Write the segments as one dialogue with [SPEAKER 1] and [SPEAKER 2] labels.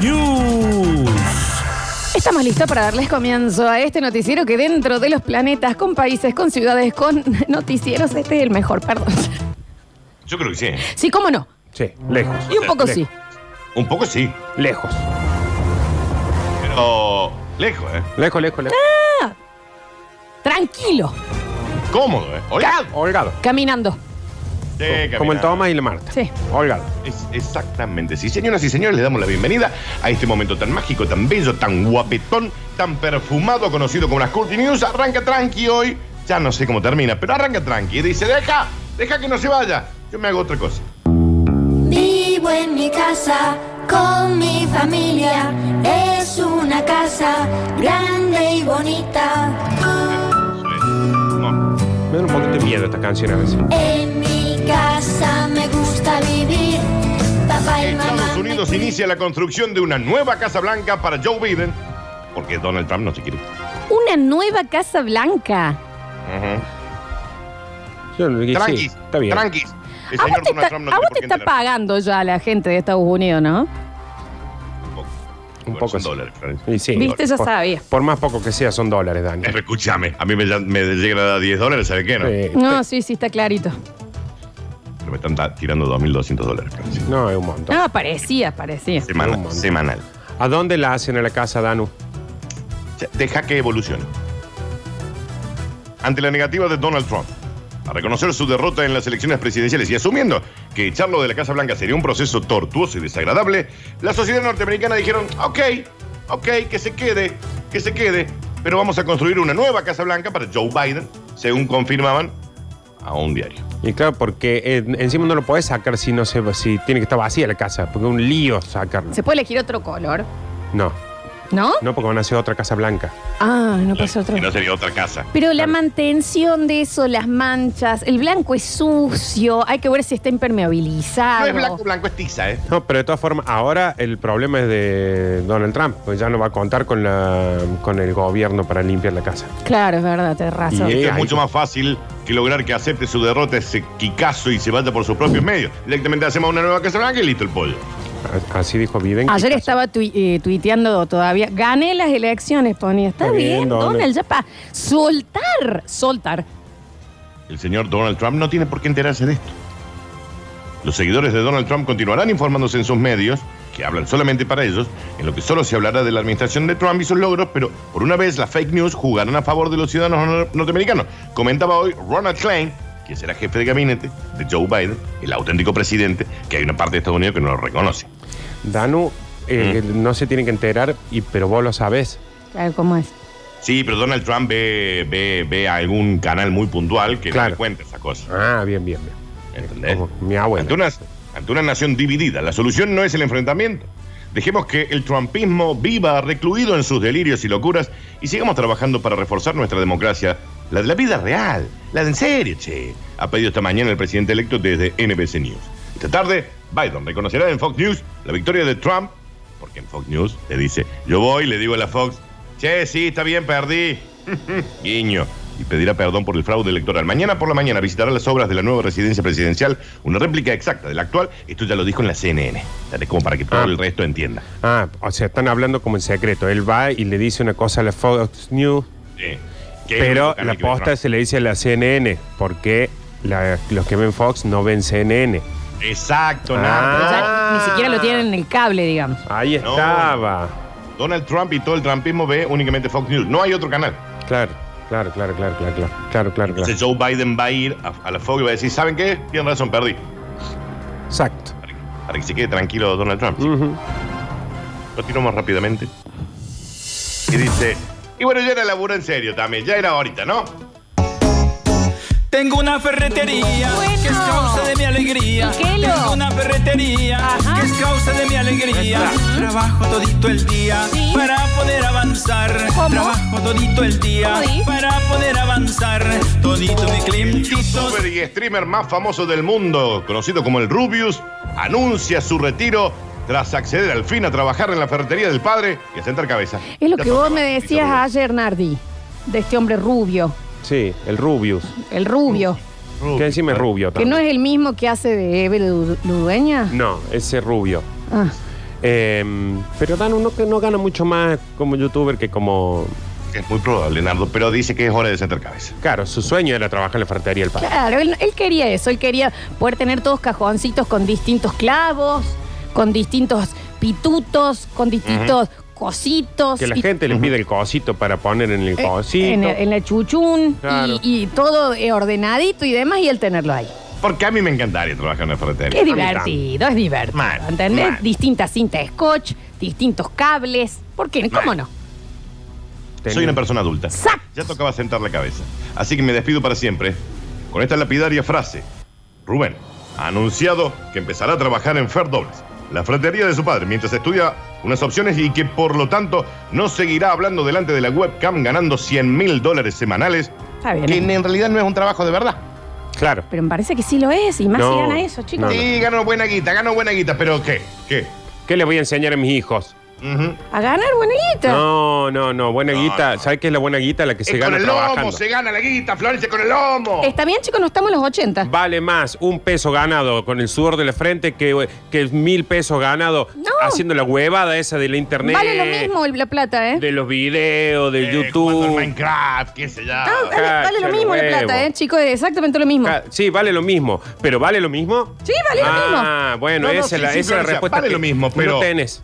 [SPEAKER 1] News.
[SPEAKER 2] Estamos listos para darles comienzo a este noticiero que dentro de los planetas, con países, con ciudades, con noticieros, este es el mejor, perdón.
[SPEAKER 3] Yo creo que sí. ¿eh?
[SPEAKER 2] Sí, cómo no.
[SPEAKER 4] Sí, lejos.
[SPEAKER 2] Y un poco sí.
[SPEAKER 3] Un poco sí,
[SPEAKER 4] Lejos.
[SPEAKER 3] pero lejos, ¿eh?
[SPEAKER 4] Lejos, lejos, lejos.
[SPEAKER 2] Tranquilo,
[SPEAKER 3] Cómodo, ¿eh?
[SPEAKER 2] ¡Ah!
[SPEAKER 3] Holgado.
[SPEAKER 4] Holgado.
[SPEAKER 2] caminando.
[SPEAKER 3] Sí,
[SPEAKER 4] Como el
[SPEAKER 3] caminando.
[SPEAKER 4] Tomás y el Marta.
[SPEAKER 2] Sí.
[SPEAKER 4] Holgado.
[SPEAKER 3] Es- exactamente. Sí, señoras y señores, le damos la bienvenida a este momento tan mágico, tan bello, tan guapetón, tan perfumado, conocido como las Curti News. Arranca tranqui hoy. Ya no sé cómo termina, pero arranca tranqui. Y dice, deja, deja que no se vaya. Yo me hago otra cosa.
[SPEAKER 5] Vivo en mi casa con mi familia. Es una casa grande y bonita.
[SPEAKER 3] No.
[SPEAKER 4] Me da un poquito de miedo esta canción a veces.
[SPEAKER 5] En mi casa me gusta vivir. Papá y mamá.
[SPEAKER 3] Estados
[SPEAKER 5] me
[SPEAKER 3] Unidos inicia la construcción de una nueva Casa Blanca para Joe Biden, porque Donald Trump no se quiere.
[SPEAKER 2] Una nueva Casa Blanca.
[SPEAKER 3] Ujú.
[SPEAKER 4] Yo lo que
[SPEAKER 3] Tranquis,
[SPEAKER 4] sí, está bien.
[SPEAKER 3] tranquis. El
[SPEAKER 2] A Ah, vos
[SPEAKER 3] señor
[SPEAKER 2] te
[SPEAKER 3] Donald
[SPEAKER 2] está,
[SPEAKER 3] Trump
[SPEAKER 2] a
[SPEAKER 3] no tiene
[SPEAKER 2] vos
[SPEAKER 3] por
[SPEAKER 2] te
[SPEAKER 3] qué
[SPEAKER 2] está
[SPEAKER 3] enterar.
[SPEAKER 2] pagando ya la gente de Estados Unidos, ¿no?
[SPEAKER 4] Un
[SPEAKER 3] Bueno,
[SPEAKER 4] poco
[SPEAKER 3] son
[SPEAKER 4] sí.
[SPEAKER 3] dólares, Florencia.
[SPEAKER 4] Y sí.
[SPEAKER 2] Viste, ya
[SPEAKER 4] Por-
[SPEAKER 2] sabía.
[SPEAKER 4] Por más poco que sea, son dólares, Dani.
[SPEAKER 3] Pero escúchame, a mí me, ya- me llega a dar 10 dólares, ¿sabe qué? No,
[SPEAKER 4] Sí.
[SPEAKER 2] No, sí, sí, está clarito.
[SPEAKER 3] pero me están ta- tirando 2.200 dólares, Florencia.
[SPEAKER 4] No, es un montón.
[SPEAKER 2] Ah, parecía, parecía.
[SPEAKER 3] Semana-
[SPEAKER 4] Un montón.
[SPEAKER 3] semanal.
[SPEAKER 4] ¿A dónde la hacen a la casa,
[SPEAKER 3] O
[SPEAKER 4] Danu?
[SPEAKER 3] sea, Deja que evolucione. Ante la negativa de Donald Trump a reconocer su derrota en las elecciones presidenciales y asumiendo que echarlo de la Casa Blanca sería un proceso tortuoso y desagradable, la sociedad norteamericana dijeron, ok, ok, que se quede, que se quede, pero vamos a construir una nueva Casa Blanca para Joe Biden, según confirmaban a un diario.
[SPEAKER 4] Y claro, porque eh, encima no lo podés sacar si no se, si tiene que estar vacía la casa, porque es un lío sacarlo.
[SPEAKER 2] Se puede elegir otro color,
[SPEAKER 4] No,
[SPEAKER 2] ¿no?
[SPEAKER 4] no porque van a hacer otra casa blanca.
[SPEAKER 2] Ah, no pasó otro.
[SPEAKER 3] Y no sería otra casa.
[SPEAKER 2] Pero la mantención de eso, las manchas, el blanco es sucio, hay que ver si está impermeabilizado.
[SPEAKER 3] No es blanco, blanco es tiza, ¿eh?
[SPEAKER 4] No, pero de todas formas, ahora el problema es de Donald Trump, porque ya no va a contar con, la, con el gobierno para limpiar la casa.
[SPEAKER 2] Claro, es verdad, tenés razón.
[SPEAKER 4] Y-
[SPEAKER 3] Esto es
[SPEAKER 4] ahí.
[SPEAKER 3] mucho más fácil que lograr que acepte su derrota ese quicazo y se vaya por sus propios medios. Directamente hacemos una nueva Casa Blanca y listo el pollo.
[SPEAKER 4] A- Así dijo Biden.
[SPEAKER 2] Ayer estaba tui- eh, tuiteando todavía, gané las elecciones, ponía. Está,
[SPEAKER 4] Está
[SPEAKER 2] bien,
[SPEAKER 4] bien,
[SPEAKER 2] Donald,
[SPEAKER 4] Donald.
[SPEAKER 2] ya para soltar, soltar.
[SPEAKER 3] El señor Donald Trump no tiene por qué enterarse de esto. Los seguidores de Donald Trump continuarán informándose en sus medios, que hablan solamente para ellos, en lo que solo se hablará de la administración de Trump y sus logros, pero por una vez las fake news jugarán a favor de los ciudadanos nor- norteamericanos. Comentaba hoy Ronald Klein, quien será jefe de gabinete de Joe Biden, el auténtico presidente, que hay una parte de Estados Unidos que no lo reconoce.
[SPEAKER 4] Danu eh,
[SPEAKER 3] Mm.
[SPEAKER 4] no se tiene que enterar, y, pero vos lo sabés.
[SPEAKER 2] Claro, ¿cómo es?
[SPEAKER 3] Sí, pero Donald Trump ve, ve, ve algún canal muy puntual que
[SPEAKER 4] Claro.
[SPEAKER 3] le cuenta esa cosa.
[SPEAKER 4] Ah, bien, bien, bien.
[SPEAKER 3] ¿Entendés?
[SPEAKER 4] Como mi abuela.
[SPEAKER 3] Ante una, ante una nación dividida, la solución no es el enfrentamiento. Dejemos que el trumpismo viva recluido en sus delirios y locuras y sigamos trabajando para reforzar nuestra democracia, la de la vida real, la de en serio, che, ha pedido esta mañana el presidente electo desde NBC News. Esta tarde, Biden reconocerá en Fox News la victoria de Trump, porque en Fox News le dice, yo voy, le digo a la Fox, che, sí, está bien, perdí, Guiño. Y pedirá perdón por el fraude electoral. Mañana por la mañana visitará las obras de la nueva residencia presidencial, una réplica exacta de la actual. Esto ya lo dijo en la CNN. Dale como para que todo
[SPEAKER 4] Ah.
[SPEAKER 3] el resto entienda.
[SPEAKER 4] Ah, o sea, están hablando como en secreto. Él va y le dice una cosa a la Fox News,
[SPEAKER 3] Sí. Que
[SPEAKER 4] pero
[SPEAKER 3] es un
[SPEAKER 4] la
[SPEAKER 3] canal que
[SPEAKER 4] posta se le dice a la CNN, porque la- los que ven Fox no ven CNN.
[SPEAKER 3] no- Exacto,
[SPEAKER 4] Ah.
[SPEAKER 3] Nardo.
[SPEAKER 2] Pero ya ni siquiera lo tienen en el cable, digamos.
[SPEAKER 4] Ahí
[SPEAKER 3] No.
[SPEAKER 4] estaba.
[SPEAKER 3] Donald Trump y todo el trumpismo ve únicamente Fox News. No hay otro canal.
[SPEAKER 4] Claro, claro, claro, claro, claro, claro, claro, claro, claro.
[SPEAKER 3] Entonces Joe Biden va a ir a, a la Fox y va a decir, ¿saben qué? Tienen razón, perdí.
[SPEAKER 4] Exacto.
[SPEAKER 3] Para que, para que se quede tranquilo Donald Trump.
[SPEAKER 4] Ujú.
[SPEAKER 3] Continuamos rápidamente. Y dice, y bueno, ya era laburo en serio también, ya era ahorita, ¿no?
[SPEAKER 6] Tengo una ferretería
[SPEAKER 2] Bueno.
[SPEAKER 6] que es causa de mi alegría.
[SPEAKER 2] Miquelo.
[SPEAKER 6] Tengo una ferretería
[SPEAKER 2] Ajá.
[SPEAKER 6] que es causa de mi alegría.
[SPEAKER 4] Nuestra.
[SPEAKER 6] Trabajo todito el día
[SPEAKER 2] Sí.
[SPEAKER 6] para poder avanzar.
[SPEAKER 2] ¿Cómo?
[SPEAKER 6] Trabajo todito el día
[SPEAKER 2] ¿Cómo di?
[SPEAKER 6] para poder avanzar. Todito mi clientito.
[SPEAKER 3] youtuber y streamer más famoso del mundo, conocido como el Rubius, anuncia su retiro tras acceder al fin a trabajar en la ferretería del padre y a sentar cabeza.
[SPEAKER 2] Es lo
[SPEAKER 3] Ya
[SPEAKER 2] que
[SPEAKER 3] tocaba,
[SPEAKER 2] vos me
[SPEAKER 3] Tito
[SPEAKER 2] decías
[SPEAKER 3] Rubius.
[SPEAKER 2] ayer, Nardi, de este hombre rubio,
[SPEAKER 4] Sí, el Rubius.
[SPEAKER 2] el rubio,
[SPEAKER 3] Rubius.
[SPEAKER 4] Que encima es rubio
[SPEAKER 2] que
[SPEAKER 4] también.
[SPEAKER 2] no es el mismo que hace de Eve Lu- Ludueña.
[SPEAKER 4] No, ese rubio.
[SPEAKER 2] Ah,
[SPEAKER 4] Eh, pero Dan uno que no gana mucho más como youtuber que como.
[SPEAKER 3] Es muy probable, Leonardo, pero dice que es hora de sentar cabeza.
[SPEAKER 4] Claro, su sueño era trabajar en la ferretería del padre.
[SPEAKER 2] claro, él, él quería eso, él quería poder tener todos cajoncitos con distintos clavos, con distintos pitutos, con distintos cositos.
[SPEAKER 4] Que la
[SPEAKER 2] y-
[SPEAKER 4] gente le pide el cosito para poner en el
[SPEAKER 2] eh,
[SPEAKER 4] cosito.
[SPEAKER 2] en, el- en la chuchún
[SPEAKER 4] Claro.
[SPEAKER 2] y, y todo eh, ordenadito y demás, y él tenerlo ahí.
[SPEAKER 3] Porque a mí me encantaría trabajar en la ferretería.
[SPEAKER 2] Es divertido, es divertido.
[SPEAKER 3] Mal,
[SPEAKER 2] ¿Entendés?
[SPEAKER 3] mal.
[SPEAKER 2] Distintas cintas de scotch, distintos cables. ¿Por qué? ¿Cómo
[SPEAKER 3] Mal.
[SPEAKER 2] no?
[SPEAKER 4] Tenía-
[SPEAKER 3] Soy una persona adulta.
[SPEAKER 2] Exacto.
[SPEAKER 3] Ya tocaba sentar la cabeza. Así que me despido para siempre con esta lapidaria frase. Rubén ha anunciado que empezará a trabajar en Fer Dobles, la fratería de su padre, mientras estudia unas opciones y que por lo tanto no seguirá hablando delante de la webcam ganando 100 mil dólares semanales,
[SPEAKER 2] Está bien.
[SPEAKER 3] que en realidad no es un trabajo de verdad.
[SPEAKER 4] Claro.
[SPEAKER 2] Pero me parece que sí lo es, y más
[SPEAKER 4] No,
[SPEAKER 2] si gana eso, chicos.
[SPEAKER 4] no, no.
[SPEAKER 3] Sí, gano buena guita, gano buena guita, pero ¿qué? ¿Qué?
[SPEAKER 4] ¿Qué le voy a enseñar a mis hijos?
[SPEAKER 3] Ujú.
[SPEAKER 2] A ganar buena guita.
[SPEAKER 4] No, no, no. Buena
[SPEAKER 3] No,
[SPEAKER 4] guita.
[SPEAKER 3] no.
[SPEAKER 4] ¿Sabes qué es la buena guita? La que se
[SPEAKER 3] Es con
[SPEAKER 4] gana
[SPEAKER 3] el
[SPEAKER 4] trabajando.
[SPEAKER 3] lomo, se gana la guita, Florencia, con el lomo.
[SPEAKER 2] Está bien, chicos, no estamos en los 80.
[SPEAKER 4] Vale más un peso ganado con el sudor de la frente que, que mil pesos ganado
[SPEAKER 2] No.
[SPEAKER 4] haciendo la huevada esa de la internet.
[SPEAKER 2] Vale lo mismo el- la plata, ¿eh?
[SPEAKER 4] De los videos, de
[SPEAKER 3] Eh, jugando al
[SPEAKER 4] YouTube.
[SPEAKER 3] Minecraft, qué sé yo.
[SPEAKER 2] No, vale, vale Ah, lo
[SPEAKER 4] Cacha,
[SPEAKER 2] mismo la
[SPEAKER 4] huevo.
[SPEAKER 2] plata, ¿eh, chicos? Es exactamente lo mismo.
[SPEAKER 4] Ca- Sí, vale lo mismo. ¿Pero vale lo mismo?
[SPEAKER 2] Sí, vale lo
[SPEAKER 4] Ah, bueno,
[SPEAKER 3] No, no,
[SPEAKER 4] esa,
[SPEAKER 3] sí,
[SPEAKER 4] es la,
[SPEAKER 3] sí,
[SPEAKER 4] esa es la
[SPEAKER 3] Florencia,
[SPEAKER 4] respuesta.
[SPEAKER 3] vale
[SPEAKER 4] que
[SPEAKER 3] lo mismo, pero-
[SPEAKER 4] No tenés.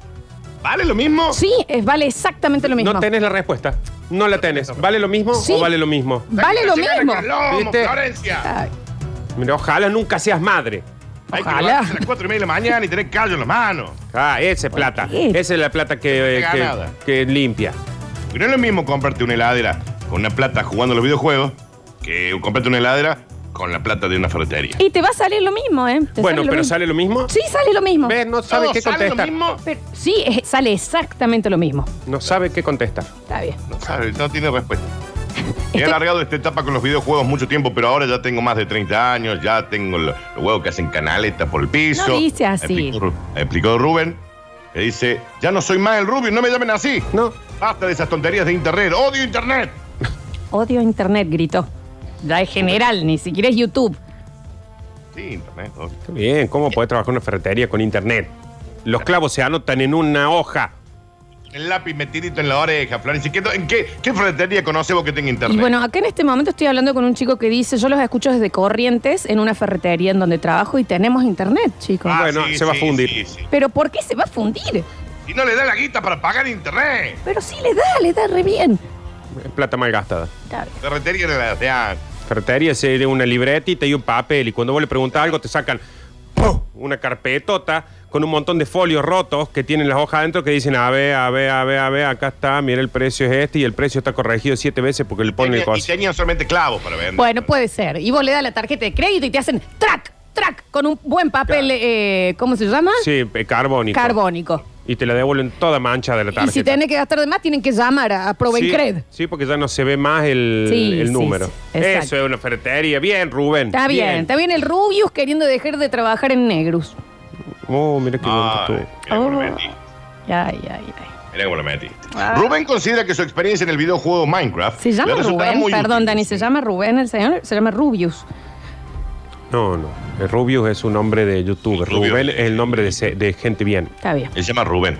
[SPEAKER 3] ¿Vale lo mismo?
[SPEAKER 2] Sí, es, vale exactamente lo mismo.
[SPEAKER 4] No tenés la respuesta. No la tenés. ¿Vale lo mismo
[SPEAKER 2] Sí.
[SPEAKER 4] o vale lo mismo?
[SPEAKER 2] Vale lo
[SPEAKER 3] Se gana
[SPEAKER 2] mismo.
[SPEAKER 3] con el lomo,
[SPEAKER 4] ¿Viste?
[SPEAKER 3] Florencia.
[SPEAKER 2] Ay,
[SPEAKER 4] Mira, ojalá nunca seas madre.
[SPEAKER 3] Hay que
[SPEAKER 2] Ojalá.
[SPEAKER 3] levantarse a las 4 y media de la mañana y tener callo en la mano.
[SPEAKER 4] Ah, esa es plata.
[SPEAKER 2] qué?
[SPEAKER 4] Esa es la plata que, eh,
[SPEAKER 3] No te
[SPEAKER 4] que-
[SPEAKER 3] ganada.
[SPEAKER 4] que limpia.
[SPEAKER 3] Porque no es lo mismo comprarte una heladera con una plata jugando a los videojuegos que comprarte una heladera con la plata de una ferretería.
[SPEAKER 2] Y te va a salir lo mismo, ¿eh? Te
[SPEAKER 4] Bueno, pero
[SPEAKER 2] lo mismo.
[SPEAKER 4] ¿sale lo mismo?
[SPEAKER 2] Sí, sale lo mismo.
[SPEAKER 4] ¿Ves? No sabe
[SPEAKER 3] ¿Todo
[SPEAKER 4] qué
[SPEAKER 3] sale
[SPEAKER 4] contestar.
[SPEAKER 3] lo mismo?
[SPEAKER 2] Pero- sí, es- sale exactamente lo mismo.
[SPEAKER 4] No sabe qué contestar.
[SPEAKER 2] Está bien.
[SPEAKER 3] No sabe, no tiene respuesta. He alargado esta etapa con los videojuegos mucho tiempo, pero ahora ya tengo más de 30 años, ya tengo lo- los huevos que hacen canaleta por el piso.
[SPEAKER 2] No dice así.
[SPEAKER 3] Explicó, Ru- explicó Rubén, que dice, ya no soy más el Rubio, no me llamen así.
[SPEAKER 4] No.
[SPEAKER 3] Basta de esas tonterías de internet, odio internet.
[SPEAKER 2] Odio internet, gritó. Ya es general, ni siquiera es YouTube.
[SPEAKER 3] Sí, internet, odio.
[SPEAKER 4] Qué Bien, ¿cómo podés trabajar en una ferretería con internet? Los clavos se anotan en una hoja.
[SPEAKER 3] El lápiz metidito en la oreja, Florencia. ¿Qué, ¿En qué, qué ferretería conoce vos que tenga internet?
[SPEAKER 2] Y bueno, acá en este momento estoy hablando con un chico que dice, yo los escucho desde Corrientes, en una ferretería en donde trabajo y tenemos internet, chicos.
[SPEAKER 4] bueno, se va a fundir.
[SPEAKER 3] Ah, sí, sí.
[SPEAKER 2] Pero ¿por qué se va a fundir?
[SPEAKER 3] Y no le da la guita para pagar internet.
[SPEAKER 2] Pero sí le da, le da re bien.
[SPEAKER 4] Es Plata malgastada.
[SPEAKER 2] Está bien.
[SPEAKER 3] Ferretería de la de ah,
[SPEAKER 4] Ferretería se de una libretita y un papel. Y cuando vos le preguntás algo, te sacan ¡pum! una carpetota con un montón de folios rotos que tienen las hojas adentro que dicen, a ver, a ver, a ver, a ver, acá está, mira el precio es este y el precio está corregido siete veces porque le ponen
[SPEAKER 3] tenía-
[SPEAKER 4] el
[SPEAKER 3] Y
[SPEAKER 4] coso.
[SPEAKER 3] tenían solamente clavos para vender.
[SPEAKER 2] Bueno, puede ser. Y vos le das la tarjeta de crédito y te hacen track, track, con un buen papel, eh, ¿cómo se llama?
[SPEAKER 4] Sí, eh, carbónico.
[SPEAKER 2] Carbónico.
[SPEAKER 4] Y te la devuelven toda mancha de la tarjeta.
[SPEAKER 2] Y si tienen que gastar de más, tienen que llamar a, a
[SPEAKER 4] sí,
[SPEAKER 2] Provencred.
[SPEAKER 4] sí, porque ya no se ve más el,
[SPEAKER 2] Sí,
[SPEAKER 4] el
[SPEAKER 2] sí,
[SPEAKER 4] número.
[SPEAKER 2] sí, exacto.
[SPEAKER 4] Eso es una ferretería. Bien, Rubén.
[SPEAKER 2] Está bien, está bien el Rubius queriendo dejar de trabajar en Negrus.
[SPEAKER 4] Oh, mira qué
[SPEAKER 3] Ah,
[SPEAKER 4] bien que estuvo.
[SPEAKER 3] mira cómo lo
[SPEAKER 2] Oh.
[SPEAKER 3] metí.
[SPEAKER 2] Ay, ay, ay.
[SPEAKER 3] Mira cómo lo metiste.
[SPEAKER 2] Ah.
[SPEAKER 3] Rubén considera que su experiencia en el videojuego Minecraft.
[SPEAKER 2] Se llama
[SPEAKER 3] le resultará
[SPEAKER 2] Rubén,
[SPEAKER 3] muy
[SPEAKER 2] perdón,
[SPEAKER 3] útil.
[SPEAKER 2] Dani, se llama Rubén el señor, se llama Rubius.
[SPEAKER 4] No, no. El Rubius es un nombre de youtuber.
[SPEAKER 3] Rubius.
[SPEAKER 4] Rubén es el nombre de, se- de gente bien.
[SPEAKER 2] Está bien.
[SPEAKER 3] Él se llama Rubén.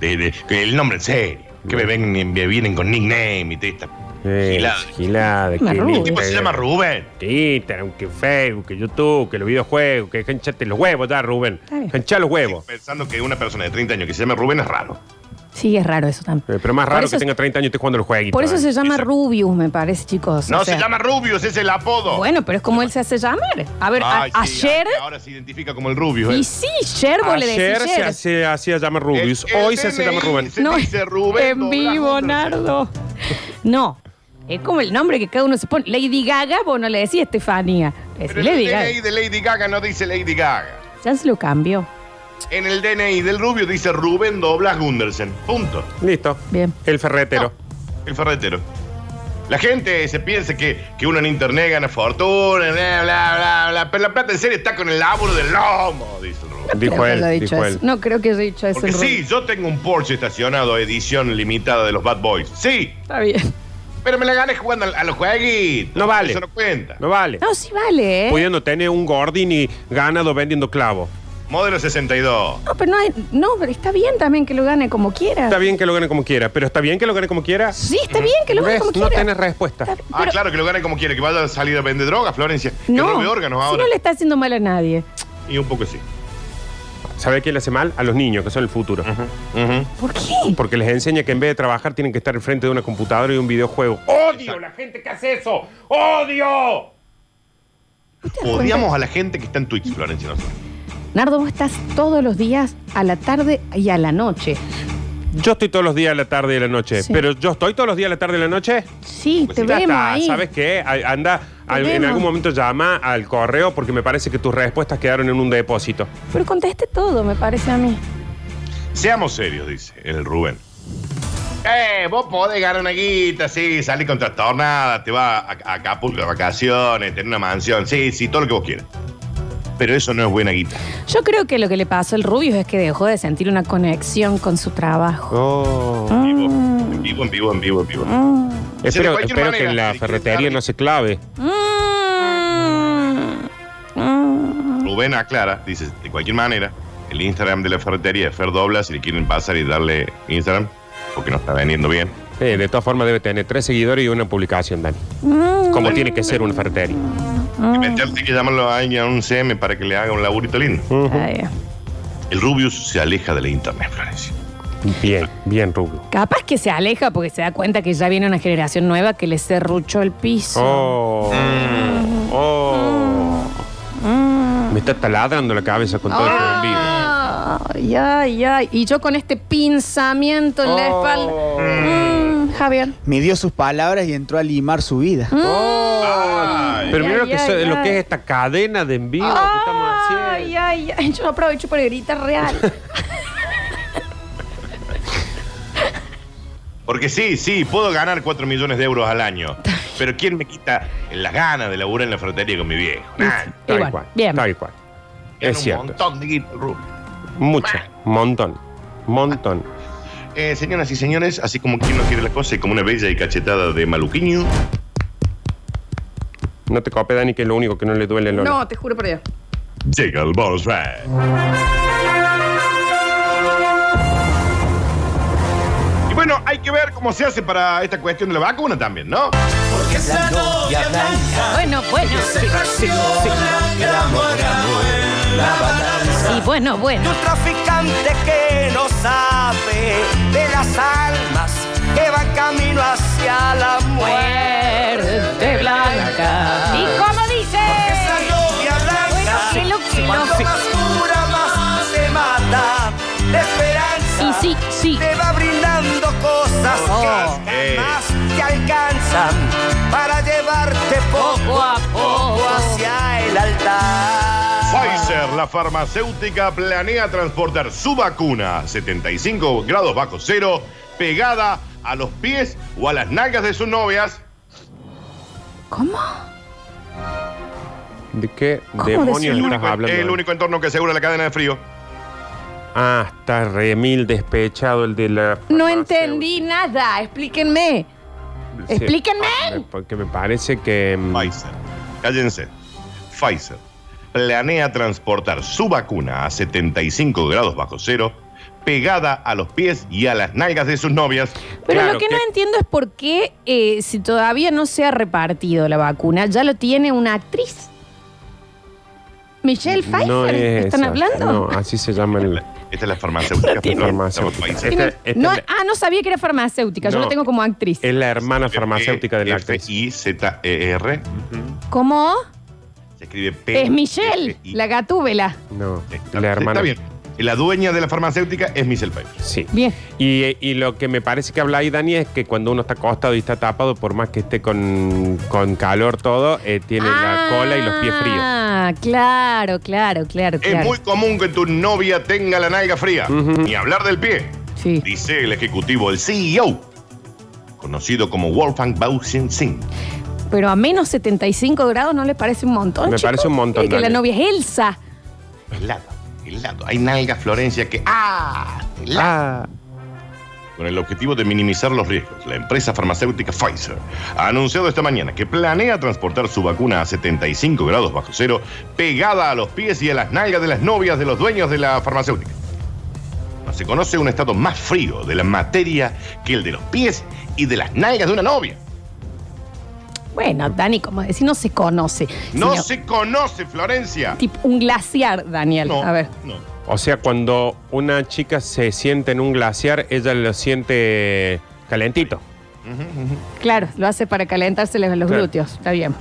[SPEAKER 3] De- de- que el nombre en serio. Que me, ven, me vienen con nickname y te esta.
[SPEAKER 4] Eh,
[SPEAKER 3] gilada.
[SPEAKER 4] Gilada.
[SPEAKER 2] Me
[SPEAKER 4] que
[SPEAKER 2] Rubio.
[SPEAKER 4] ni
[SPEAKER 2] El
[SPEAKER 3] tipo se
[SPEAKER 4] Instagram,
[SPEAKER 3] llama Rubén.
[SPEAKER 4] Que Instagram, que Facebook, que YouTube, que los videojuegos, que canchate los huevos, ya, Rubén.
[SPEAKER 2] Está bien.
[SPEAKER 4] Canchá los huevos.
[SPEAKER 3] Pensando que una persona de 30 años que se llama Rubén es raro.
[SPEAKER 2] Sí, es raro eso también.
[SPEAKER 4] Eh, Pero más
[SPEAKER 2] Por
[SPEAKER 4] raro
[SPEAKER 2] eso
[SPEAKER 4] que
[SPEAKER 2] es-
[SPEAKER 4] tenga 30 años y esté jugando el jueguito.
[SPEAKER 2] Por eso
[SPEAKER 4] eh.
[SPEAKER 2] se llama
[SPEAKER 3] Exacto.
[SPEAKER 2] Rubius, me parece, chicos.
[SPEAKER 3] No
[SPEAKER 2] o sea,
[SPEAKER 3] se llama Rubius, ese es el apodo.
[SPEAKER 2] Bueno, pero es como él se hace llamar. A ver, a-
[SPEAKER 3] Ay, sí,
[SPEAKER 2] ayer.
[SPEAKER 3] a- Ahora se identifica como el ¿eh? Rubius. él.
[SPEAKER 2] Y sí, ayer vos le
[SPEAKER 4] Ayer
[SPEAKER 2] decís.
[SPEAKER 4] se
[SPEAKER 2] Yer.
[SPEAKER 4] hace- hacía llamar Rubius.
[SPEAKER 3] El- el
[SPEAKER 4] Hoy se hace
[SPEAKER 3] DNI
[SPEAKER 4] llamar Rubén.
[SPEAKER 3] se dice Rubén
[SPEAKER 2] en
[SPEAKER 3] Doblas
[SPEAKER 2] vivo,
[SPEAKER 3] Anderson.
[SPEAKER 2] Nardo. No, Es como el nombre que cada uno se pone. Lady Gaga, vos no le decís Estefanía. Le decís
[SPEAKER 3] Pero en
[SPEAKER 2] Lady
[SPEAKER 3] el
[SPEAKER 2] Gaga.
[SPEAKER 3] DNI de Lady Gaga no dice Lady Gaga.
[SPEAKER 2] Ya se lo cambió.
[SPEAKER 3] En el DNI del rubio dice Rubén Doblas Gundersen. Punto.
[SPEAKER 4] Listo.
[SPEAKER 2] Bien.
[SPEAKER 4] El ferretero.
[SPEAKER 3] El ferretero. La gente se piensa que, que uno en internet gana fortuna, bla, bla, bla, bla. Pero la plata en serio está con el laburo del lomo, dice el rubio.
[SPEAKER 4] Dijo
[SPEAKER 2] Creo que
[SPEAKER 4] él.
[SPEAKER 2] lo ha dicho
[SPEAKER 4] dijo
[SPEAKER 2] eso.
[SPEAKER 4] él.
[SPEAKER 2] No creo que haya dicho eso.
[SPEAKER 3] Porque
[SPEAKER 2] Rubén.
[SPEAKER 3] sí, yo tengo un Porsche estacionado edición limitada de los Bad Boys. Sí,
[SPEAKER 2] Está bien.
[SPEAKER 3] pero me la gané jugando al- a los jueguitos.
[SPEAKER 4] No vale.
[SPEAKER 3] Eso no cuenta.
[SPEAKER 4] No vale.
[SPEAKER 2] No, sí vale, ¿eh?
[SPEAKER 4] Pudiendo tener un Gordini ganado vendiendo clavos.
[SPEAKER 3] Modelo 62.
[SPEAKER 2] No, pero no, hay- no, pero está bien también que lo gane como quiera.
[SPEAKER 4] Está bien que lo gane como quiera, pero está bien que lo gane como quiera.
[SPEAKER 2] Ah. Sí, está bien que lo gane
[SPEAKER 4] ¿Ves?
[SPEAKER 2] como
[SPEAKER 4] No
[SPEAKER 2] quiera.
[SPEAKER 4] tenés respuesta.
[SPEAKER 2] Está-
[SPEAKER 3] Ah,
[SPEAKER 2] pero-
[SPEAKER 3] claro, que lo gane como quiere, que vaya a salir a vender droga, Florencia. Que
[SPEAKER 2] No,
[SPEAKER 3] robe órganos
[SPEAKER 2] si
[SPEAKER 3] ahora.
[SPEAKER 2] no le está haciendo mal a nadie.
[SPEAKER 3] Y un poco sí.
[SPEAKER 4] ¿Sabe qué le hace mal? A los niños, que son el futuro.
[SPEAKER 2] ¿Por qué?
[SPEAKER 4] Porque les enseña que en vez de trabajar tienen que estar enfrente de una computadora y un videojuego. ¡Odio la gente que hace eso! ¡Odio!
[SPEAKER 3] Odiamos a la gente que está en Twitch, Florencia. nosotros.
[SPEAKER 2] Nardo, vos estás todos los días a la tarde y a la noche.
[SPEAKER 4] Yo estoy todos los días a la tarde y a la noche.
[SPEAKER 2] Sí.
[SPEAKER 4] Pero yo estoy todos los días a la tarde y a la noche.
[SPEAKER 2] Sí,
[SPEAKER 3] Pues
[SPEAKER 2] te
[SPEAKER 4] Ya
[SPEAKER 2] vemos
[SPEAKER 4] está,
[SPEAKER 2] ahí.
[SPEAKER 4] ¿Sabes qué? A- Anda, al- en
[SPEAKER 2] vemos.
[SPEAKER 4] algún momento llama al correo porque me parece que tus respuestas quedaron en un depósito.
[SPEAKER 2] Pero conteste todo, me parece a mí.
[SPEAKER 3] Seamos serios, dice el Rubén. Eh, vos podés ganar una guita, sí, salir con trastornada, te vas a, a Acapulco de vacaciones, tener una mansión, sí, sí, todo lo que vos quieras. Pero eso no es buena guita.
[SPEAKER 2] Yo creo que lo que le pasó al Rubius es que dejó de sentir una conexión con su trabajo. Oh.
[SPEAKER 3] En vivo, en vivo, en vivo, en vivo, en vivo. Dice, de
[SPEAKER 4] Ah. Espero,
[SPEAKER 3] cualquier
[SPEAKER 4] espero
[SPEAKER 3] manera,
[SPEAKER 4] que en la
[SPEAKER 3] si quieres
[SPEAKER 4] ferretería
[SPEAKER 3] darle-
[SPEAKER 4] no se clave.
[SPEAKER 2] Mm. Mm.
[SPEAKER 3] Rubén aclara, dice, de cualquier manera, el Instagram de la ferretería es Fer Dobla, si le quieren pasar y darle Instagram, porque no está vendiendo bien.
[SPEAKER 4] Eh, de todas formas debe tener tres seguidores y una publicación, Dani.
[SPEAKER 2] Mm.
[SPEAKER 4] Como tiene que ser una ferretería. Ah.
[SPEAKER 3] Y meterte que llamarlo a alguien a un CM para que le haga un laburito lindo.
[SPEAKER 4] Ah.
[SPEAKER 2] Está bien.
[SPEAKER 3] El Rubius se aleja de la internet, Florencia.
[SPEAKER 4] Bien, bien, Rubio.
[SPEAKER 2] Capaz que se aleja porque se da cuenta que ya viene una generación nueva que le cerruchó el piso.
[SPEAKER 4] Oh. Oh. Me está taladrando la cabeza con
[SPEAKER 2] Ah.
[SPEAKER 4] todo esto en vivo.
[SPEAKER 2] Ay, ay, ay. Y yo con este pinzamiento en la
[SPEAKER 4] Oh.
[SPEAKER 2] espalda. Mm, Javier.
[SPEAKER 7] Midió sus palabras y entró a limar su vida.
[SPEAKER 3] Ay.
[SPEAKER 4] Pero mira
[SPEAKER 2] Ay,
[SPEAKER 4] lo que,
[SPEAKER 2] ay,
[SPEAKER 4] so- lo
[SPEAKER 2] ay.
[SPEAKER 4] que es esta cadena de envíos que estamos
[SPEAKER 2] Ay,
[SPEAKER 4] haciendo.
[SPEAKER 2] ay, ay. Yo aprovecho para gritar real.
[SPEAKER 3] Porque sí, sí, puedo ganar 4 millones de euros al año. Pero ¿quién me quita las ganas de laburar en la ferretería con mi viejo? Nadie.
[SPEAKER 4] Tal
[SPEAKER 2] Y bueno,
[SPEAKER 4] cual.
[SPEAKER 2] bien.
[SPEAKER 4] Tal cual.
[SPEAKER 3] Gana
[SPEAKER 4] Es
[SPEAKER 3] un
[SPEAKER 4] cierto.
[SPEAKER 3] montón de guita, el Rubius.
[SPEAKER 4] Mucho. Montón. Montón.
[SPEAKER 3] Eh, señoras y señores, así como quien no quiere la cosa y como una bella y cachetada de maluquiño,
[SPEAKER 4] No te copes, Dani, que es lo único que no le duele el
[SPEAKER 2] No, te juro por Dios.
[SPEAKER 3] llega el bonus track. Y bueno, hay que ver cómo se hace para esta cuestión de la vacuna también, ¿no?
[SPEAKER 2] Bueno, bueno. Sí, sí, sí. Y bueno, bueno.
[SPEAKER 8] Un traficante que no sabe
[SPEAKER 6] eh,
[SPEAKER 8] de las almas que van camino hacia la muerte.
[SPEAKER 2] Muerte blanca. ¿Y cómo dice?
[SPEAKER 8] Esa novia
[SPEAKER 2] Bueno, qué
[SPEAKER 8] blanca,
[SPEAKER 2] lo que lo-
[SPEAKER 8] cuanto más pura más se mata. La esperanza
[SPEAKER 2] Y sí, sí.
[SPEAKER 8] te va brindando cosas
[SPEAKER 2] Oh.
[SPEAKER 8] que
[SPEAKER 3] Eh.
[SPEAKER 8] jamás te alcanzan para llevarte poco a poco hacia el altar.
[SPEAKER 3] Pfizer, la farmacéutica, planea transportar su vacuna a 75 grados bajo cero pegada a los pies o a las nalgas de sus novias.
[SPEAKER 2] ¿Cómo?
[SPEAKER 4] ¿De qué
[SPEAKER 2] ¿Cómo decir?
[SPEAKER 4] demonios
[SPEAKER 3] El
[SPEAKER 2] No.
[SPEAKER 4] estás
[SPEAKER 3] único,
[SPEAKER 4] hablando?
[SPEAKER 3] el único entorno que asegura la cadena de frío.
[SPEAKER 4] Ah, está remil despechado el de la.
[SPEAKER 2] No
[SPEAKER 4] farmacéutica.
[SPEAKER 2] entendí nada. Explíquenme.
[SPEAKER 4] Sí.
[SPEAKER 2] Explíquenme.
[SPEAKER 4] Me- Porque me parece que. mm,
[SPEAKER 3] Pfizer, cállense. Pfizer planea transportar su vacuna a 75 grados bajo cero pegada a los pies y a las nalgas de sus novias.
[SPEAKER 2] Pero
[SPEAKER 4] Claro
[SPEAKER 2] lo que, no
[SPEAKER 4] que-
[SPEAKER 2] entiendo es por qué, eh, si todavía no se ha repartido la vacuna, ya lo tiene una actriz. Michelle Pfeiffer,
[SPEAKER 4] No es
[SPEAKER 2] ¿están
[SPEAKER 4] esa.
[SPEAKER 2] hablando?
[SPEAKER 4] No, así se llama el.
[SPEAKER 3] Esta es la farmacéutica.
[SPEAKER 4] tiene- Farmacéutica.
[SPEAKER 3] Pfizer.
[SPEAKER 2] Tiene-
[SPEAKER 4] Esta- esta
[SPEAKER 2] no-
[SPEAKER 4] es la-
[SPEAKER 2] ah, no sabía que era farmacéutica, yo
[SPEAKER 4] Este- No.
[SPEAKER 2] lo tengo como actriz.
[SPEAKER 4] Es la hermana
[SPEAKER 3] Este,
[SPEAKER 4] farmacéutica de la actriz.
[SPEAKER 3] F-I-Z-E-R.
[SPEAKER 2] ¿Cómo?
[SPEAKER 3] E Se escribe P.
[SPEAKER 2] Es Michelle,
[SPEAKER 3] F-I-
[SPEAKER 2] la gatúbela.
[SPEAKER 4] No,
[SPEAKER 3] Está-
[SPEAKER 4] la
[SPEAKER 3] E este, Está
[SPEAKER 4] hermana.
[SPEAKER 3] bien. La dueña de la farmacéutica es Michelle Pfeiffer.
[SPEAKER 4] Sí.
[SPEAKER 2] Bien.
[SPEAKER 4] Y, eh, y lo que me parece que habla ahí, Dani, es que cuando uno está acostado y está tapado, por más que esté con, con calor todo, eh, tiene la cola y los pies fríos.
[SPEAKER 2] Ah, claro, claro, claro,
[SPEAKER 3] Es
[SPEAKER 2] claro.
[SPEAKER 3] muy común que tu novia tenga la nalga fría. Ni hablar del pie.
[SPEAKER 2] Sí.
[SPEAKER 3] Dice el ejecutivo, el CEO, conocido como Wolfgang Bausen Singh.
[SPEAKER 2] Pero a menos 75 grados no les parece un montón.
[SPEAKER 4] Me
[SPEAKER 2] chicos?
[SPEAKER 4] parece un montón,
[SPEAKER 2] Y que la
[SPEAKER 4] Dani.
[SPEAKER 2] novia es Elsa.
[SPEAKER 3] Helado, helado. Hay nalga Florencia que. ¡Ah! helado.
[SPEAKER 4] Ah,
[SPEAKER 3] Con el objetivo de minimizar los riesgos, la empresa farmacéutica Pfizer ha anunciado esta mañana que planea transportar su vacuna a 75 grados bajo cero, pegada a los pies y a las nalgas de las novias de los dueños de la farmacéutica. No se conoce un estado más frío de la materia que el de los pies y de las nalgas de una novia.
[SPEAKER 2] Bueno, Dani, como decir, no se conoce.
[SPEAKER 3] No
[SPEAKER 2] sino
[SPEAKER 3] se conoce, Florencia.
[SPEAKER 2] Tipo un glaciar, Daniel.
[SPEAKER 3] No,
[SPEAKER 2] A ver.
[SPEAKER 3] no.
[SPEAKER 4] o sea, cuando una chica se siente en un glaciar, ella lo siente calentito.
[SPEAKER 2] Claro, lo hace para calentarse los los
[SPEAKER 4] Claro.
[SPEAKER 2] glúteos. Está bien.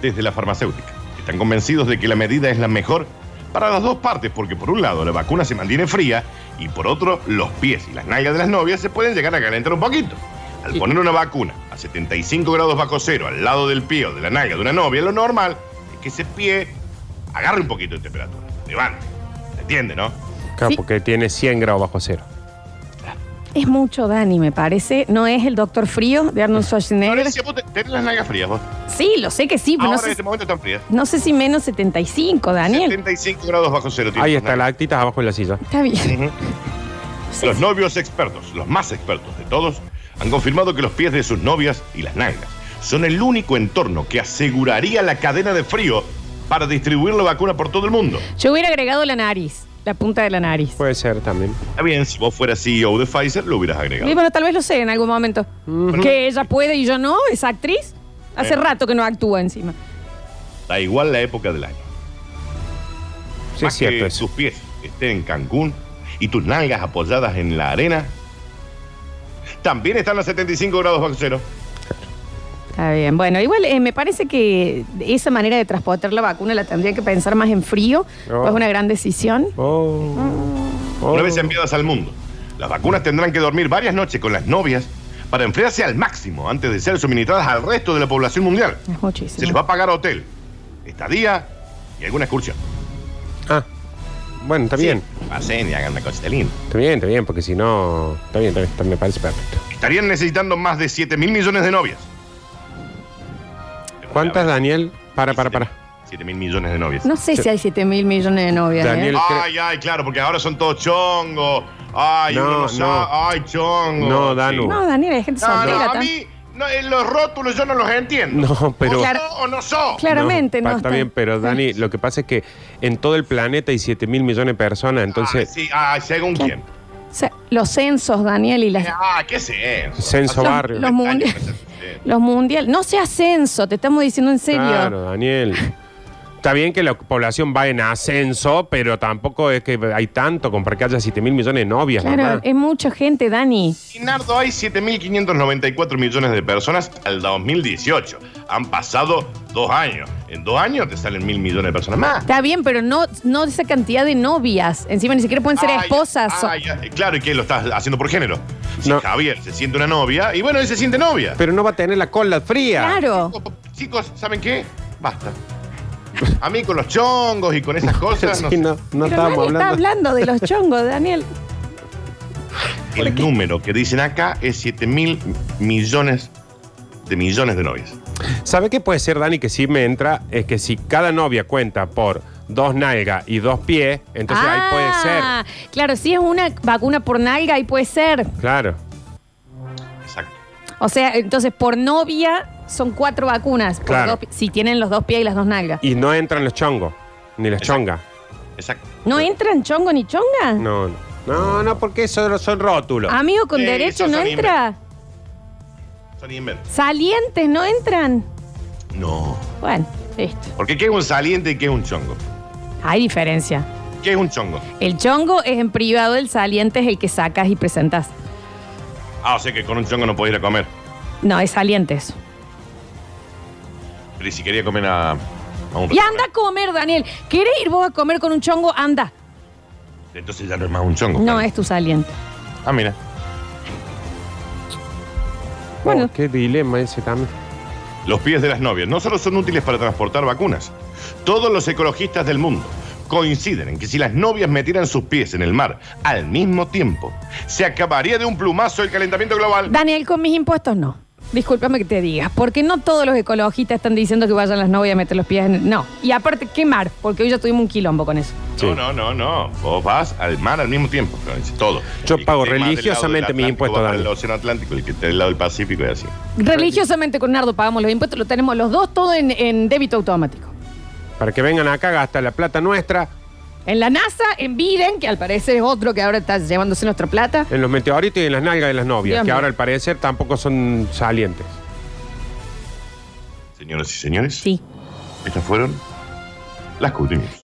[SPEAKER 3] desde la farmacéutica. Están convencidos de que la medida es la mejor para las dos partes, porque por un lado la vacuna se mantiene fría y por otro los pies y las nalgas de las novias se pueden llegar a calentar un poquito. Al
[SPEAKER 2] Sí.
[SPEAKER 3] poner una vacuna a 75 grados bajo cero al lado del pie o de la nalga de una novia, lo normal es que ese pie agarre un poquito de temperatura, levante. ¿Se entiende, no?
[SPEAKER 4] Claro,
[SPEAKER 2] Sí.
[SPEAKER 4] porque tiene 100 grados bajo cero.
[SPEAKER 2] Es mucho, Dani, me parece. ¿No es el Doctor Frío de Arnold Schwarzenegger?
[SPEAKER 3] Florencia, vos te- tenés las nalgas frías vos.
[SPEAKER 2] Sí, lo sé que sí, pero
[SPEAKER 3] Ahora
[SPEAKER 2] no
[SPEAKER 3] en
[SPEAKER 2] sé,
[SPEAKER 3] este momento están frías.
[SPEAKER 2] no sé si menos 75, Daniel.
[SPEAKER 3] 75 grados bajo cero. tienes
[SPEAKER 4] Ahí
[SPEAKER 3] las
[SPEAKER 4] está,
[SPEAKER 3] nalgas.
[SPEAKER 4] lactitas abajo de la silla.
[SPEAKER 2] Está bien.
[SPEAKER 3] Los novios expertos, los más expertos de todos, han confirmado que los pies de sus novias y las nalgas son el único entorno que aseguraría la cadena de frío para distribuir la vacuna por todo el mundo.
[SPEAKER 2] Yo hubiera agregado la nariz, la punta de la nariz.
[SPEAKER 4] Puede ser también.
[SPEAKER 3] Está bien, si vos fueras CEO de Pfizer, lo hubieras
[SPEAKER 2] Sí,
[SPEAKER 3] agregado.
[SPEAKER 2] bueno, tal vez lo sé en algún momento. Que ella puede y yo no, es actriz. Hace
[SPEAKER 3] Bueno.
[SPEAKER 2] rato que no actúa encima.
[SPEAKER 3] Da igual la época del año.
[SPEAKER 4] Sí,
[SPEAKER 3] Más
[SPEAKER 4] es cierto
[SPEAKER 3] que
[SPEAKER 4] eso.
[SPEAKER 3] tus pies estén en Cancún y tus nalgas apoyadas en la arena, también están a 75 grados bajo cero.
[SPEAKER 2] Está bien. Bueno, igual eh, me parece que esa manera de transportar la vacuna la tendría que pensar más en frío.
[SPEAKER 4] Oh.
[SPEAKER 2] Pues es una gran decisión.
[SPEAKER 4] Oh.
[SPEAKER 2] Mm.
[SPEAKER 4] Oh.
[SPEAKER 3] Una vez enviadas al mundo, las vacunas tendrán que dormir varias noches con las novias para enfriarse al máximo antes de ser suministradas al resto de la población mundial.
[SPEAKER 2] Es
[SPEAKER 3] Se les va
[SPEAKER 2] muchísimo.
[SPEAKER 3] a pagar hotel, estadía y alguna excursión.
[SPEAKER 4] Ah. Bueno, está bien.
[SPEAKER 3] Sí, pasen y hagan una cosita linda.
[SPEAKER 4] Está bien, está bien, porque si no. Está bien, está bien, está- me parece perfecto.
[SPEAKER 3] Estarían necesitando más de 7 mil millones de novias.
[SPEAKER 4] ¿Cuántas, Daniel? Para, para, para.
[SPEAKER 3] 7 mil millones de novias.
[SPEAKER 2] No sé si hay 7 mil millones de novias. ¿eh?
[SPEAKER 4] Daniel.
[SPEAKER 3] Ay, ay, claro, porque ahora son todos chongos. Ay,
[SPEAKER 4] No,
[SPEAKER 3] uno no
[SPEAKER 4] no.
[SPEAKER 3] sabe. Ay, chongo.
[SPEAKER 4] No, Danu.
[SPEAKER 2] No, Daniel, hay gente
[SPEAKER 3] No, no,
[SPEAKER 2] soltera.
[SPEAKER 3] a
[SPEAKER 2] tan-
[SPEAKER 3] mí no, eh, los rótulos yo no Ah, los entiendo.
[SPEAKER 4] No, pero-
[SPEAKER 3] ¿O
[SPEAKER 2] Claro.
[SPEAKER 3] so o no so?
[SPEAKER 2] Claramente,
[SPEAKER 4] pa-
[SPEAKER 2] no.
[SPEAKER 4] Está bien, pero Dani, lo que pasa es que en todo el planeta hay 7 mil millones de personas, entonces.
[SPEAKER 3] Ah, sí, ah, según quién.
[SPEAKER 2] O sea, los censos, Daniel, y las.
[SPEAKER 3] Ah, ¿qué censo?
[SPEAKER 4] Censo
[SPEAKER 2] Los-
[SPEAKER 4] barrio.
[SPEAKER 2] los mundiales.
[SPEAKER 3] pues,
[SPEAKER 2] Los mundiales. No sea censo, te estamos diciendo en serio.
[SPEAKER 4] Claro, Daniel. Está bien que la población va en ascenso, pero tampoco es que hay tanto como para que haya 7 mil millones de novias.
[SPEAKER 2] Claro, eh.
[SPEAKER 4] mamá.
[SPEAKER 2] es mucha gente, Dani.
[SPEAKER 3] Y Nardo, hay 7.594 millones de personas al 2018. Han pasado dos años. En dos años te salen mil millones de personas más.
[SPEAKER 2] Está bien, pero no, no esa cantidad de novias. Encima ni siquiera pueden ser
[SPEAKER 3] Ay,
[SPEAKER 2] esposas. so-
[SPEAKER 3] ay, ay, claro, ¿y qué? Lo estás haciendo por género. Si
[SPEAKER 4] No.
[SPEAKER 3] Javier se siente una novia, y bueno, él se siente novia.
[SPEAKER 4] Pero no va a tener la cola fría.
[SPEAKER 2] claro.
[SPEAKER 3] Chicos, ¿saben qué? Basta. A mí con los chongos y con esas cosas, no
[SPEAKER 4] Sí,
[SPEAKER 3] sé.
[SPEAKER 4] no, no
[SPEAKER 2] Pero nadie
[SPEAKER 4] estábamos
[SPEAKER 2] está
[SPEAKER 4] hablando.
[SPEAKER 2] hablando de los chongos, Daniel.
[SPEAKER 3] El número que dicen acá es 7 mil millones de millones de novias.
[SPEAKER 4] ¿Sabe qué puede ser, Dani, que sí me entra? Es que si cada novia cuenta por dos nalgas y dos pies, entonces ahí puede
[SPEAKER 2] Ah.
[SPEAKER 4] ser.
[SPEAKER 2] ser. Claro, si es una vacuna por nalga, ahí puede ser.
[SPEAKER 4] Claro.
[SPEAKER 3] Exacto.
[SPEAKER 2] O sea, entonces por novia son cuatro vacunas. por
[SPEAKER 4] Claro.
[SPEAKER 2] dos pi- si tienen los dos pies y las dos nalgas.
[SPEAKER 4] Y no entran los chongos, ni las
[SPEAKER 3] Exacto.
[SPEAKER 4] chongas.
[SPEAKER 3] Exacto.
[SPEAKER 2] ¿No entran chongo ni chonga?
[SPEAKER 4] No, no. no, no, porque eso no son rótulos.
[SPEAKER 2] Amigo con
[SPEAKER 3] Sí,
[SPEAKER 2] derecho
[SPEAKER 3] esos
[SPEAKER 2] no
[SPEAKER 3] son
[SPEAKER 2] entra.
[SPEAKER 3] Son inventos.
[SPEAKER 2] Salientes no entran.
[SPEAKER 3] No.
[SPEAKER 2] Bueno, listo.
[SPEAKER 3] Porque ¿qué es un saliente y qué es un chongo?
[SPEAKER 2] Hay diferencia.
[SPEAKER 3] ¿Qué es un chongo?
[SPEAKER 2] El chongo es en privado, el saliente es el que sacas y presentas.
[SPEAKER 3] Ah, o sea que con un chongo no podés ir a comer.
[SPEAKER 2] No, es saliente eso.
[SPEAKER 3] Pero ¿y si quería comer a, a un
[SPEAKER 2] Y anda a comer, Daniel. ¿Querés ir vos a comer con un chongo? Anda.
[SPEAKER 3] restaurante? Entonces ya no es más un chongo.
[SPEAKER 2] No
[SPEAKER 3] claro.
[SPEAKER 2] es tu saliente.
[SPEAKER 3] Ah, mira.
[SPEAKER 2] Bueno.
[SPEAKER 4] Oh, qué dilema ese también.
[SPEAKER 3] Los pies de las novias no solo son útiles para transportar vacunas, todos los ecologistas del mundo coinciden en que si las novias metieran sus pies en el mar al mismo tiempo, se acabaría de un plumazo el calentamiento global.
[SPEAKER 2] Daniel, con mis impuestos no. Discúlpame que te digas, porque no todos los ecologistas están diciendo que vayan las novias a meter los pies en el... No, y aparte quemar, porque hoy ya tuvimos un quilombo con eso.
[SPEAKER 3] No, no, no, no. Vos vas al mar al mismo tiempo, Florencia, todo.
[SPEAKER 4] Yo
[SPEAKER 3] que
[SPEAKER 4] pago
[SPEAKER 3] esté más del lado
[SPEAKER 4] religiosamente
[SPEAKER 3] del
[SPEAKER 4] mis
[SPEAKER 3] Atlántico
[SPEAKER 4] impuestos,
[SPEAKER 3] va para
[SPEAKER 4] Dani.
[SPEAKER 3] El Océano Atlántico, el que está del lado del Pacífico y así.
[SPEAKER 2] Religiosamente con Nardo pagamos los impuestos, lo tenemos los dos, todo en, en débito automático.
[SPEAKER 4] Para que vengan acá, gasta la plata nuestra
[SPEAKER 2] En la NASA, en Biden, que al parecer es otro que ahora está llevándose nuestra plata.
[SPEAKER 4] en los meteoritos y en las nalgas de las novias,
[SPEAKER 2] Dios
[SPEAKER 4] que
[SPEAKER 2] mío.
[SPEAKER 4] ahora al parecer tampoco son salientes.
[SPEAKER 3] Señoras y señores,
[SPEAKER 2] Sí.
[SPEAKER 3] estas fueron las Good News.